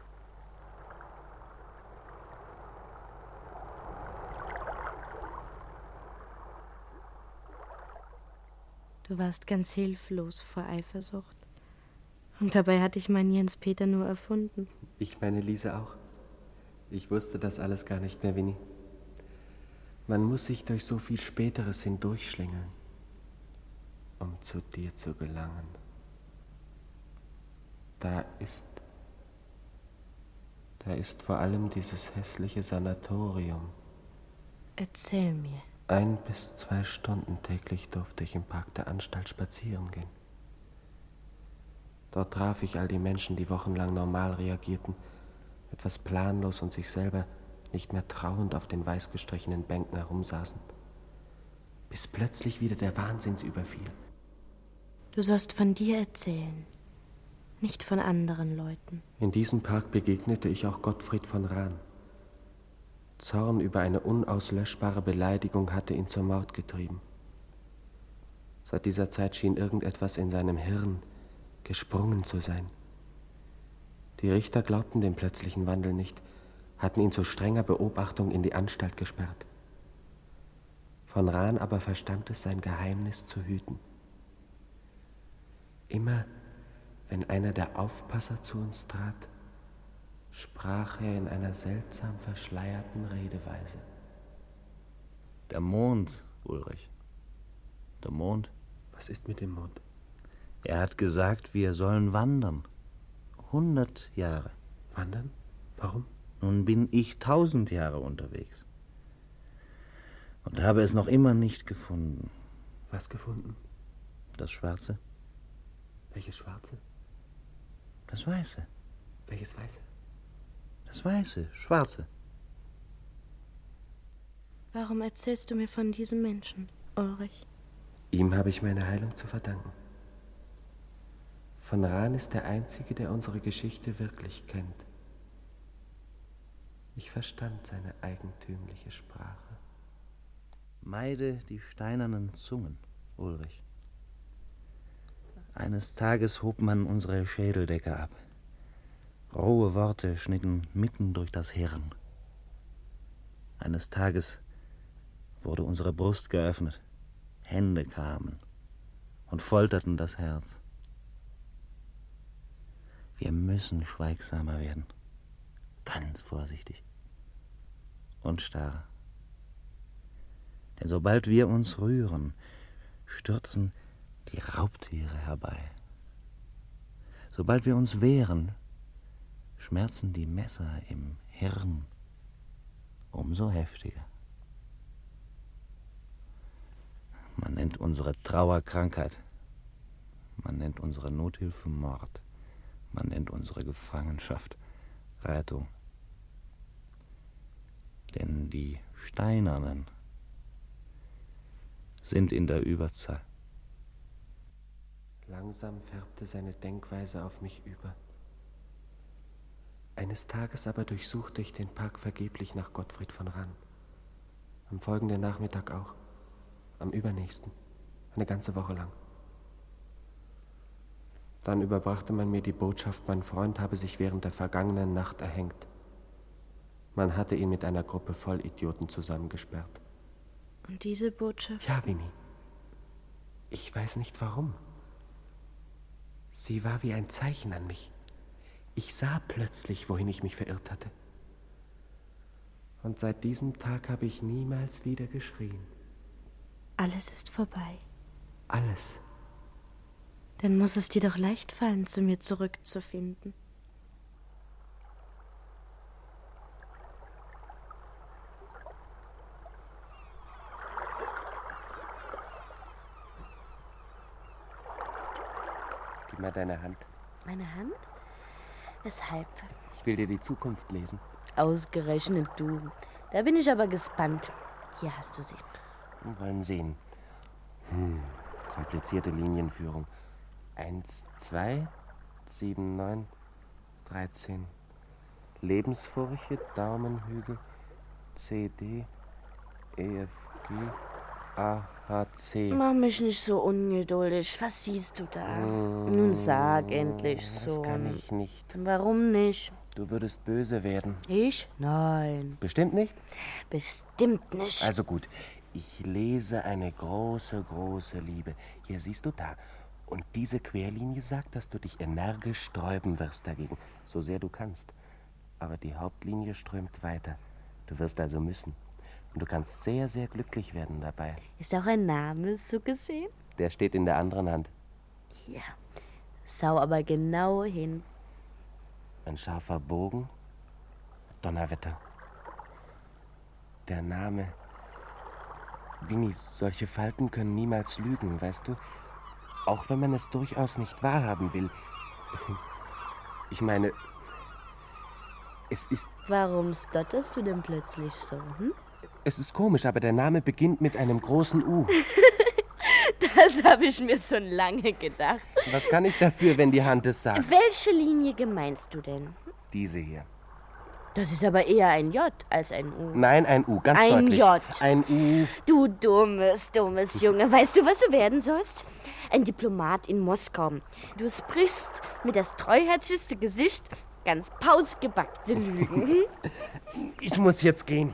M: Du warst ganz hilflos vor Eifersucht. Und dabei hatte ich meinen Jens Peter nur erfunden.
C: Ich meine Liese auch. Ich wusste das alles gar nicht mehr, Winnie. Man muss sich durch so viel Späteres hindurchschlängeln, um zu dir zu gelangen. Da ist. Da ist vor allem dieses hässliche Sanatorium.
M: Erzähl mir.
C: Ein bis zwei Stunden täglich durfte ich im Park der Anstalt spazieren gehen. Dort traf ich all die Menschen, die wochenlang normal reagierten, etwas planlos und sich selber nicht mehr trauend auf den weiß gestrichenen Bänken herumsaßen, bis plötzlich wieder der Wahnsinn sie überfiel.
M: Du sollst von dir erzählen, nicht von anderen Leuten.
C: In diesem Park begegnete ich auch Gottfried von Rahn. Zorn über eine unauslöschbare Beleidigung hatte ihn zur Mord getrieben. Seit dieser Zeit schien irgendetwas in seinem Hirn gesprungen zu sein. Die Richter glaubten dem plötzlichen Wandel nicht, hatten ihn zu strenger Beobachtung in die Anstalt gesperrt.
J: Von Rahn aber verstand es, sein Geheimnis zu hüten. Immer, wenn einer der Aufpasser zu uns trat, sprach er in einer seltsam verschleierten Redeweise.
B: Der Mond, Ulrich. Der Mond.
J: Was ist mit dem Mond?
B: Er hat gesagt, wir sollen wandern. Hundert Jahre.
J: Wandern? Warum?
B: Nun bin ich tausend Jahre unterwegs. Und habe es noch immer nicht gefunden.
J: Was gefunden?
B: Das Schwarze,
J: Welches Schwarze?
B: das Weiße,
J: Welches Weiße?
B: das Weiße, Schwarze.
D: Warum erzählst du mir von diesem Menschen, Ulrich?
J: Ihm habe ich meine Heilung zu verdanken. Von Rahn ist der Einzige, der unsere Geschichte wirklich kennt. Ich verstand seine eigentümliche Sprache.
B: Meide die steinernen Zungen, Ulrich. Eines Tages hob man unsere Schädeldecke ab. Rohe Worte schnitten mitten durch das Hirn. Eines Tages wurde unsere Brust geöffnet. Hände kamen und folterten das Herz. Wir müssen schweigsamer werden. Ganz vorsichtig. Und starr. Denn sobald wir uns rühren, stürzen die Raubtiere herbei. Sobald wir uns wehren, schmerzen die Messer im Hirn umso heftiger. Man nennt unsere Trauer Krankheit. Man nennt unsere Nothilfe Mord. Man nennt unsere Gefangenschaft Rettung. Denn die Steinernen sind in der Überzahl.
J: Langsam färbte seine Denkweise auf mich über. Eines Tages aber durchsuchte ich den Park vergeblich nach Gottfried von Rann. Am folgenden Nachmittag auch. Am übernächsten. Eine ganze Woche lang. Dann überbrachte man mir die Botschaft, mein Freund habe sich während der vergangenen Nacht erhängt. Man hatte ihn mit einer Gruppe Vollidioten zusammengesperrt.
D: Und diese Botschaft?
J: Ja, Winnie. Ich weiß nicht warum. Sie war wie ein Zeichen an mich. Ich sah plötzlich, wohin ich mich verirrt hatte. Und seit diesem Tag habe ich niemals wieder geschrien.
D: Alles ist vorbei.
J: Alles.
D: Dann muss es dir doch leicht fallen, zu mir zurückzufinden.
J: Gib mal deine Hand.
D: Meine Hand? Weshalb?
J: Ich will dir die Zukunft lesen.
D: Ausgerechnet du. Da bin ich aber gespannt. Hier hast du sie.
J: Wir wollen sehen. Hm, komplizierte Linienführung. 1, 2, 7, 9, 13. Lebensfurche, Daumenhügel, C, D, E, F, G, A, H, C.
D: Mach mich nicht so ungeduldig. Was siehst du da? Nun sag endlich so.
J: Ah. Das kann ich nicht.
D: Warum nicht?
J: Du würdest böse werden.
D: Ich? Nein.
J: Bestimmt nicht?
D: Bestimmt nicht.
J: Also gut, ich lese eine große, große Liebe. Hier siehst du da. Und diese Querlinie sagt, dass du dich energisch sträuben wirst dagegen, so sehr du kannst. Aber die Hauptlinie strömt weiter. Du wirst also müssen. Und du kannst sehr, sehr glücklich werden dabei.
D: Ist auch ein Name so gesehen?
J: Der steht in der anderen Hand.
D: Ja. Sau aber genau hin.
J: Ein scharfer Bogen. Donnerwetter. Der Name. Winnie, solche Falten können niemals lügen, weißt du? Auch wenn man es durchaus nicht wahrhaben will. Ich meine, es ist,
D: Warum stotterst du denn plötzlich so? Hm?
J: es ist komisch, aber der Name beginnt mit einem großen U.
D: Das habe ich mir schon lange gedacht.
J: Was kann ich dafür, wenn die Hand es sagt?
D: Welche Linie gemeinst du denn?
J: Diese hier.
D: Das ist aber eher ein J als ein U.
J: Nein, ein U, ganz
D: Ein
J: deutlich.
D: J.
J: Ein U.
D: Du dummes, dummes Junge. Weißt du, was du werden sollst? Ein Diplomat in Moskau. Du sprichst mit das treuherzigste Gesicht ganz pausgebackte Lügen.
J: Ich muss jetzt gehen.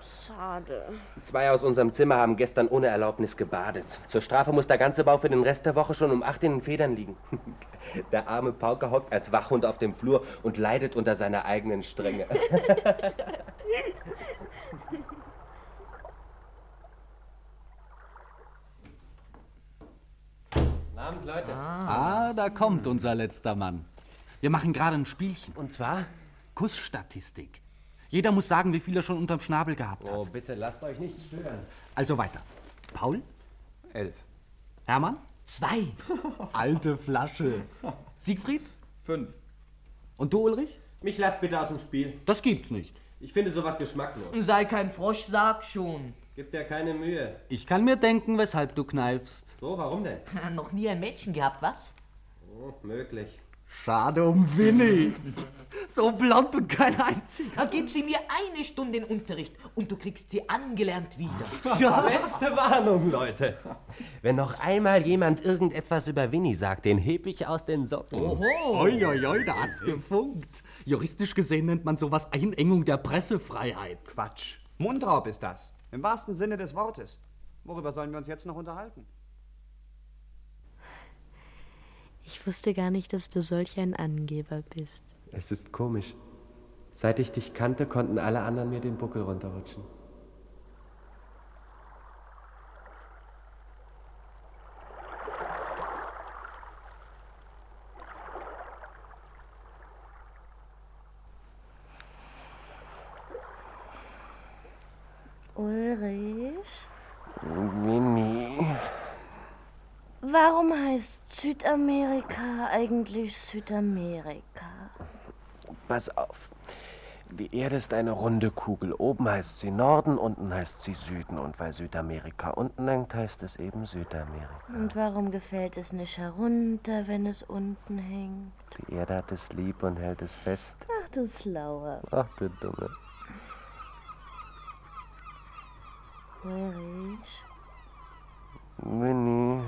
D: Schade.
M: schade.
C: Zwei aus unserem Zimmer haben gestern ohne Erlaubnis gebadet. Zur Strafe muss der ganze Bau für den Rest der Woche schon um acht in den Federn liegen. Der arme Pauker hockt als Wachhund auf dem Flur und leidet unter seiner eigenen Strenge.
N: Abend, Leute. Ah, da kommt unser letzter Mann. Wir machen gerade ein Spielchen. Und zwar? Kussstatistik. Jeder muss sagen, wie viel er schon unterm Schnabel gehabt hat. Oh, bitte, lasst euch nicht stören. Also weiter. Paul? Elf. Hermann? Zwei. Alte Flasche. Siegfried? Fünf. Und du, Ulrich?
J: Mich lasst bitte aus dem Spiel.
N: Das gibt's nicht.
J: Ich finde sowas geschmacklos.
K: Sei kein Frosch, sag schon.
J: Gibt ja keine Mühe.
N: Ich kann mir denken, weshalb du kneifst.
J: So, warum denn?
K: Noch nie ein Mädchen gehabt, was?
J: Oh, möglich.
N: Schade um Winnie. so blond und kein einziger.
K: Gib sie mir eine Stunde in Unterricht und du kriegst sie angelernt wieder.
C: Letzte Warnung, Leute. Wenn noch einmal jemand irgendetwas über Winnie sagt, den heb ich aus den Socken.
K: Oho.
N: Uiuiui, da hat's gefunkt. Juristisch gesehen nennt man sowas Einengung der Pressefreiheit. Quatsch.
O: Mundraub ist das. Im wahrsten Sinne des Wortes. Worüber sollen wir uns jetzt noch unterhalten?
D: Ich wusste gar nicht, dass du solch ein Angeber bist.
C: Es ist komisch. Seit ich dich kannte, konnten alle anderen mir den Buckel runterrutschen.
D: Ulrich?
C: Winnie.
D: Warum heißt Südamerika eigentlich Südamerika?
C: Pass auf. Die Erde ist eine runde Kugel. Oben heißt sie Norden, unten heißt sie Süden. Und weil Südamerika unten hängt, heißt es eben Südamerika.
D: Und warum gefällt es nicht herunter, wenn es unten hängt?
C: Die Erde hat es lieb und hält es fest.
D: Ach du Schlauer.
C: Ach du Dumme.
D: Ulrich,
C: Winnie.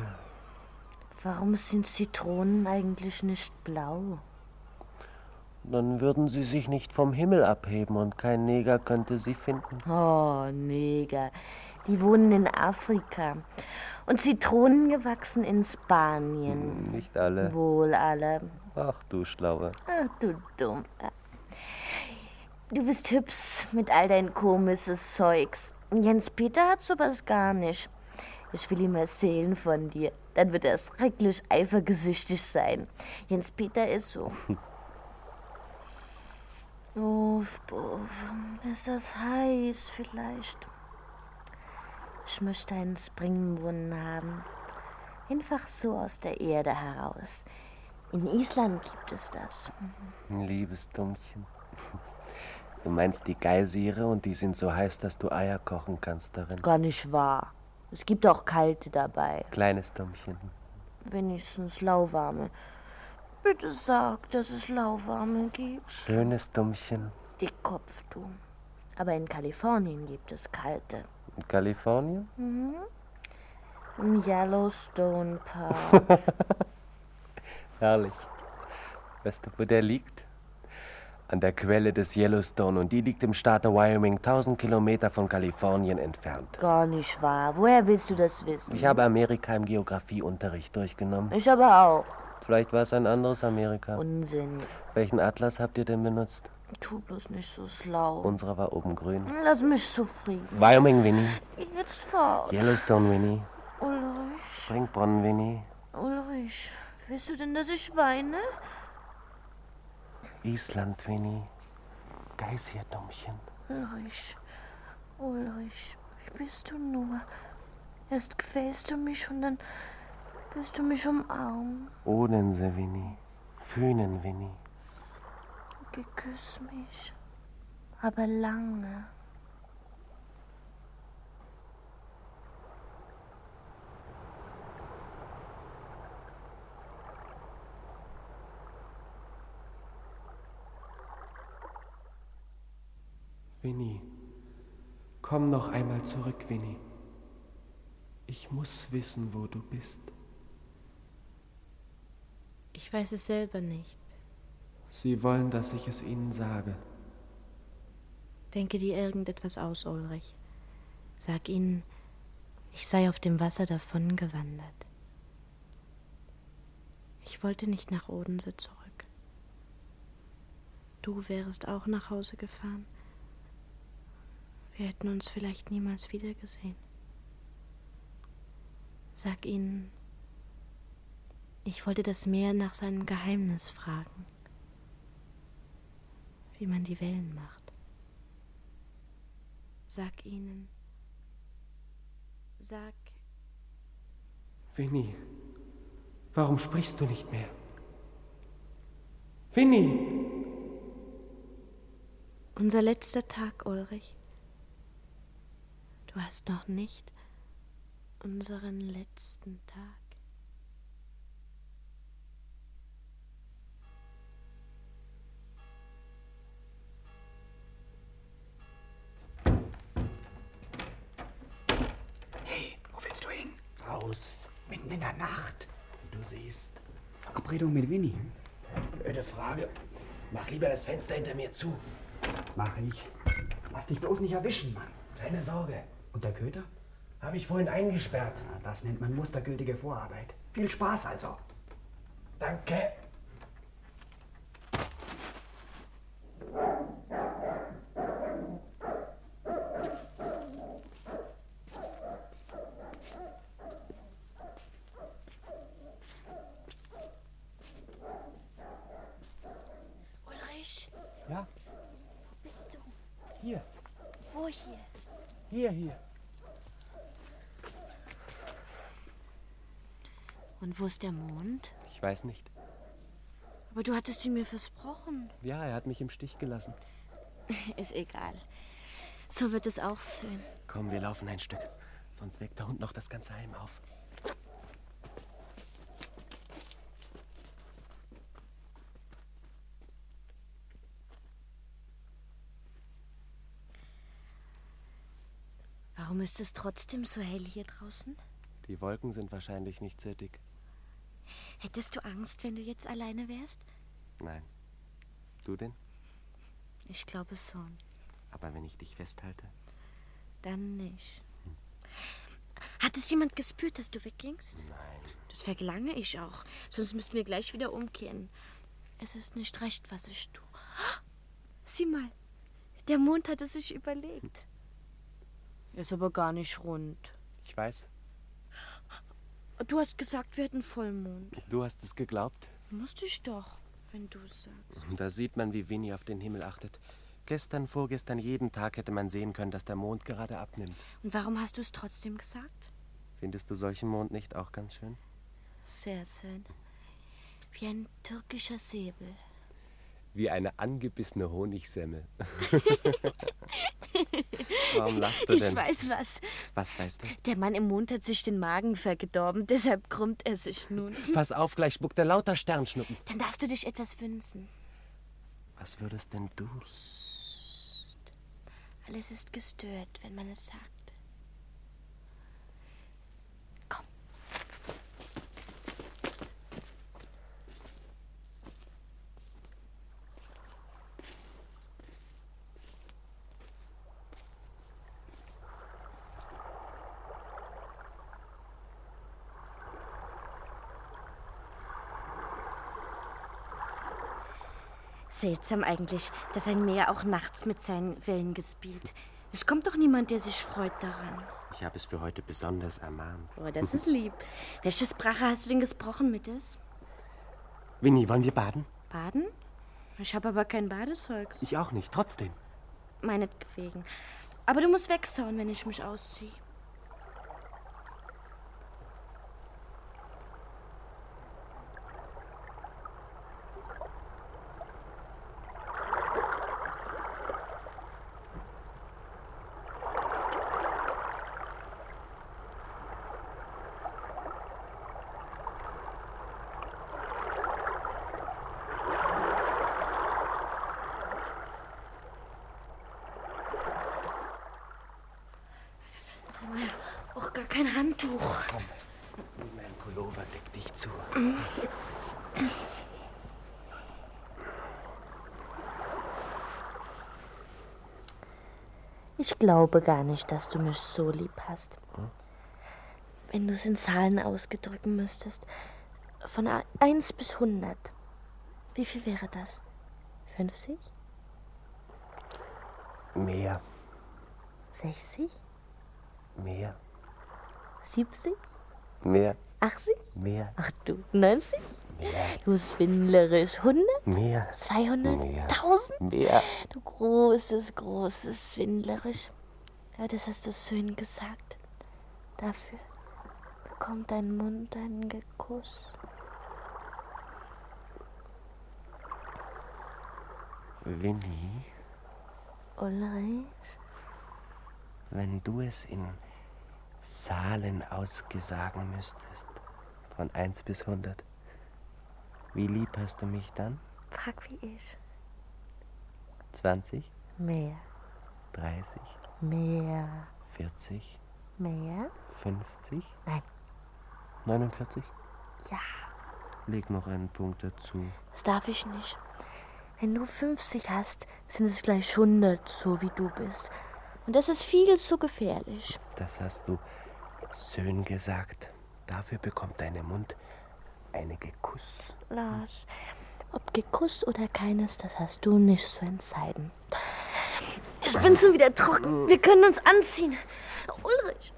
D: warum sind Zitronen eigentlich nicht blau?
C: Dann würden sie sich nicht vom Himmel abheben und kein Neger könnte sie finden.
D: Oh, Neger. Die wohnen in Afrika. Und Zitronen gewachsen in Spanien.
C: Hm, Nicht alle.
D: Wohl alle.
C: Ach du Schlaue.
D: Ach, Ah, du dumm. Du bist hübsch mit all dein komisches Zeugs. Jens Peter hat sowas gar nicht. Ich will ihm erzählen von dir. Dann wird er schrecklich eifergesüchtig sein. Jens Peter ist so. Uff, buff. Ist das heiß vielleicht? Ich möchte einen Springbrunnen haben. Einfach so aus der Erde heraus. In Island gibt es das.
C: Ein liebes Dummchen. Du meinst die Geysire und die sind so heiß, dass du Eier kochen kannst darin.
D: Gar nicht wahr. Es gibt auch kalte dabei.
C: Kleines Dummchen.
D: Wenigstens lauwarme. Bitte sag, dass es lauwarme gibt.
C: Schönes Dummchen.
D: Dickkopf, du. Aber in Kalifornien gibt es kalte.
C: In Kalifornien?
D: Mhm. Im Yellowstone Park.
C: Herrlich. Weißt du, wo der liegt? An der Quelle des Yellowstone und die liegt im Staate Wyoming, 1000 Kilometer von Kalifornien entfernt.
D: Gar nicht wahr. Woher willst du das wissen?
C: Ich habe Amerika im Geografieunterricht durchgenommen.
D: Ich aber auch.
C: Vielleicht war es ein anderes Amerika.
D: Unsinn.
C: Welchen Atlas habt ihr denn benutzt?
D: Tu bloß nicht so schlau.
C: Unserer war oben grün.
D: Lass mich zufrieden.
C: Wyoming, Winnie.
D: Jetzt fort.
C: Yellowstone, Winnie.
D: Ulrich,
C: Springbrunnen, Winnie.
D: Ulrich, willst du denn, dass ich weine?
C: Island, Winnie. Geiß hier, Dummchen.
D: Ulrich, Ulrich, wie bist du nur? Erst quälst du mich und dann willst du mich umarmen.
C: Odense, Winnie. Fünen, Winnie.
D: Geküss mich. Aber lange.
C: Winnie, komm noch einmal zurück, Winnie. Ich muss wissen, wo du bist.
D: Ich weiß es selber nicht.
C: Sie wollen, dass ich es ihnen sage.
D: Denke dir irgendetwas aus, Ulrich. Sag ihnen, ich sei auf dem Wasser davongewandert. Ich wollte nicht nach Odense zurück. Du wärest auch nach Hause gefahren. Wir hätten uns vielleicht niemals wiedergesehen. Sag ihnen, ich wollte das Meer nach seinem Geheimnis fragen, wie man die Wellen macht. Sag ihnen, sag
C: Winnie, warum sprichst du nicht mehr? Winnie!
D: Unser letzter Tag, Ulrich. Du hast noch nicht unseren letzten Tag.
P: Wo willst du hin? Raus. Mitten in der Nacht. Du siehst. Verabredung mit Winnie.
J: Blöde Frage. Mach lieber das Fenster hinter mir zu.
P: Mach ich. Lass dich bloß nicht erwischen, Mann.
J: Keine Sorge.
P: Und der Köter?
J: Habe ich vorhin eingesperrt.
P: Na, Das nennt man mustergültige Vorarbeit. Viel Spaß also.
J: Danke.
M: Ulrich,
J: Ja,
M: wo bist du?
J: hier.
M: Wo hier?
J: Hier, hier.
D: Und wo ist der Mond?
C: Ich weiß nicht.
D: Aber du hattest ihn mir versprochen.
C: Ja, er hat mich im Stich gelassen.
D: Ist egal. So wird es auch schön.
C: Komm, wir laufen ein Stück. Sonst weckt der Hund noch das ganze Heim auf.
D: Warum ist es trotzdem so hell hier draußen?
C: Die Wolken sind wahrscheinlich nicht sehr dick.
D: Hättest du Angst, wenn du jetzt alleine wärst?
C: Nein. Du denn?
D: Ich glaube schon.
C: Aber wenn ich dich festhalte.
D: Dann nicht. Hat es jemand gespürt, dass du weggingst?
C: Nein.
D: Das verlange ich auch. Sonst müssten wir gleich wieder umkehren. Es ist nicht recht, was ich tue. Sieh mal, der Mond hat es sich überlegt. Er ist aber gar nicht rund.
C: Ich weiß,
D: Du hast gesagt, wir hätten Vollmond.
C: du hast es geglaubt.
D: Musste ich doch, wenn du es sagst.
C: Da sieht man, wie Winnie auf den Himmel achtet. Gestern, vorgestern, jeden Tag hätte man sehen können, dass der Mond gerade abnimmt.
D: Und warum hast du es trotzdem gesagt?
C: Findest du solchen Mond nicht auch ganz schön?
D: Sehr schön. Wie ein türkischer Säbel.
C: Wie eine angebissene Honigsemmel. Warum lachst du
D: ich
C: denn?
D: weiß was.
C: Was weißt du?
D: Der Mann im Mond hat sich den Magen verdorben, deshalb krümmt er sich nun.
C: Pass auf, gleich spuckt er lauter Sternschnuppen.
D: Dann darfst du dich etwas wünschen.
C: Was würdest denn du?
D: Alles ist gestört, wenn man es sagt. Seltsam eigentlich, dass ein Meer auch nachts mit seinen Wellen gespielt. Es kommt doch niemand, der sich freut daran.
C: Ich habe es für heute besonders ermahnt.
D: Oh, das ist lieb. Welche Sprache hast du denn gesprochen mit
C: Winnie, wollen wir baden?
D: Baden? Ich habe aber kein Badezeug.
C: Ich auch nicht, trotzdem.
D: Meinetwegen. Aber du musst wegschauen, wenn ich mich ausziehe. Sag mal, Auch gar kein Handtuch.
C: Komm, nimm meinen Pullover, deck dich zu.
D: Ich glaube gar nicht, dass du mich so lieb hast. Wenn du es in Zahlen ausgedrücken müsstest, von a- 1 bis 100, wie viel wäre das? 50?
E: Mehr,
D: 60?
E: mehr,
D: 70?
E: mehr,
D: 80?
E: mehr,
D: Ach du, 90? Du schwindlerisch. 100?
E: mehr.
D: 200?
E: Mehr.
D: 1000?
E: Mehr.
D: Du großes, großes Schwindlerisch. Ja, das hast du schön gesagt. Dafür bekommt dein Mund einen Kuss.
C: Winnie,
D: Ulrich?
C: wenn du es in Zahlen ausgesagen müsstest, von 1 bis 100, wie lieb hast du mich dann?
D: Frag wie ich.
C: 20,
D: Mehr,
C: 30,
D: mehr,
C: 40,
D: mehr?
C: 50?
D: Nein.
C: 49?
D: Ja.
C: Leg noch einen Punkt dazu.
D: Das darf ich nicht. Wenn du 50 hast, sind es gleich 100, so wie du bist. Und das ist viel zu gefährlich.
C: Das hast du schön gesagt. Dafür bekommt dein Mund eine Gekuss.
D: Lars, ob geküsst oder keines, das hast du nicht zu entscheiden. Ich bin schon wieder trocken. Wir können uns anziehen. Ulrich.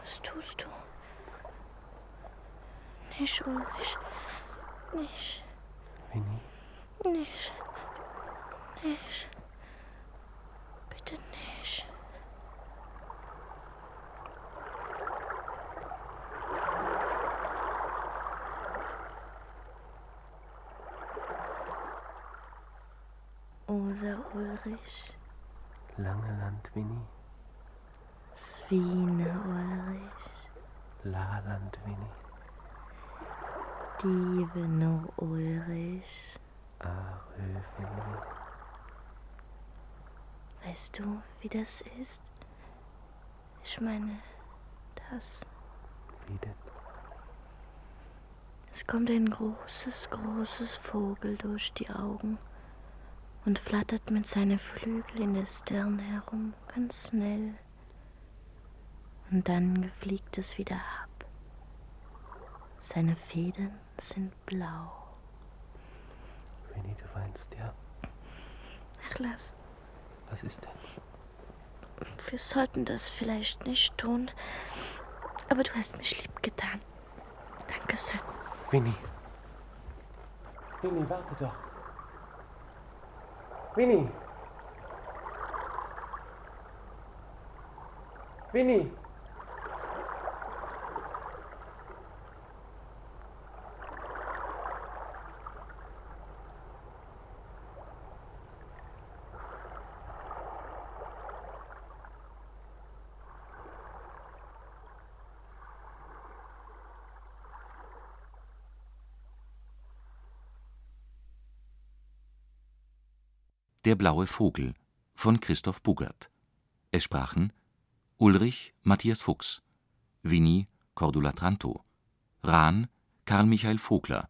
D: Was tust du? Nicht, Ulrich. Nicht. Winnie? Nicht. Nicht. Bitte nicht. Oder Ulrich.
C: Lange Land, Winnie.
D: Swine, Ulrich.
C: Laland, Winnie.
D: Dieveno, Ulrich.
C: Arö, Ah, Winnie.
D: Weißt du, wie das ist? Ich meine, das.
C: Wie denn?
D: Es kommt ein großes, großes Vogel durch die Augen und flattert mit seinen Flügeln in der Stirn herum, ganz schnell. Und dann fliegt es wieder ab. Seine Federn sind blau.
C: Winnie, du weinst, ja.
D: Ach, lass.
C: Was ist denn?
D: Wir sollten das vielleicht nicht tun. Aber du hast mich lieb getan. Danke schön.
C: Winnie. Winnie, warte doch. Winnie. Winnie.
B: Der blaue Vogel von Christoph Bugert. Es sprachen Ulrich Matthias Fuchs, Winnie Cordula Tranto, Rahn Karl Michael Vogler,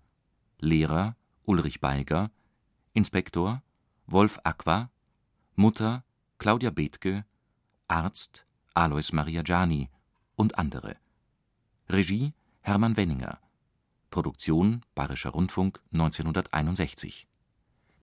B: Lehrer Ulrich Beiger, Inspektor Wolf Aqua, Mutter Claudia Bethke, Arzt Alois Maria Gianni und andere. Regie Hermann Wenninger. Produktion Bayerischer Rundfunk 1961.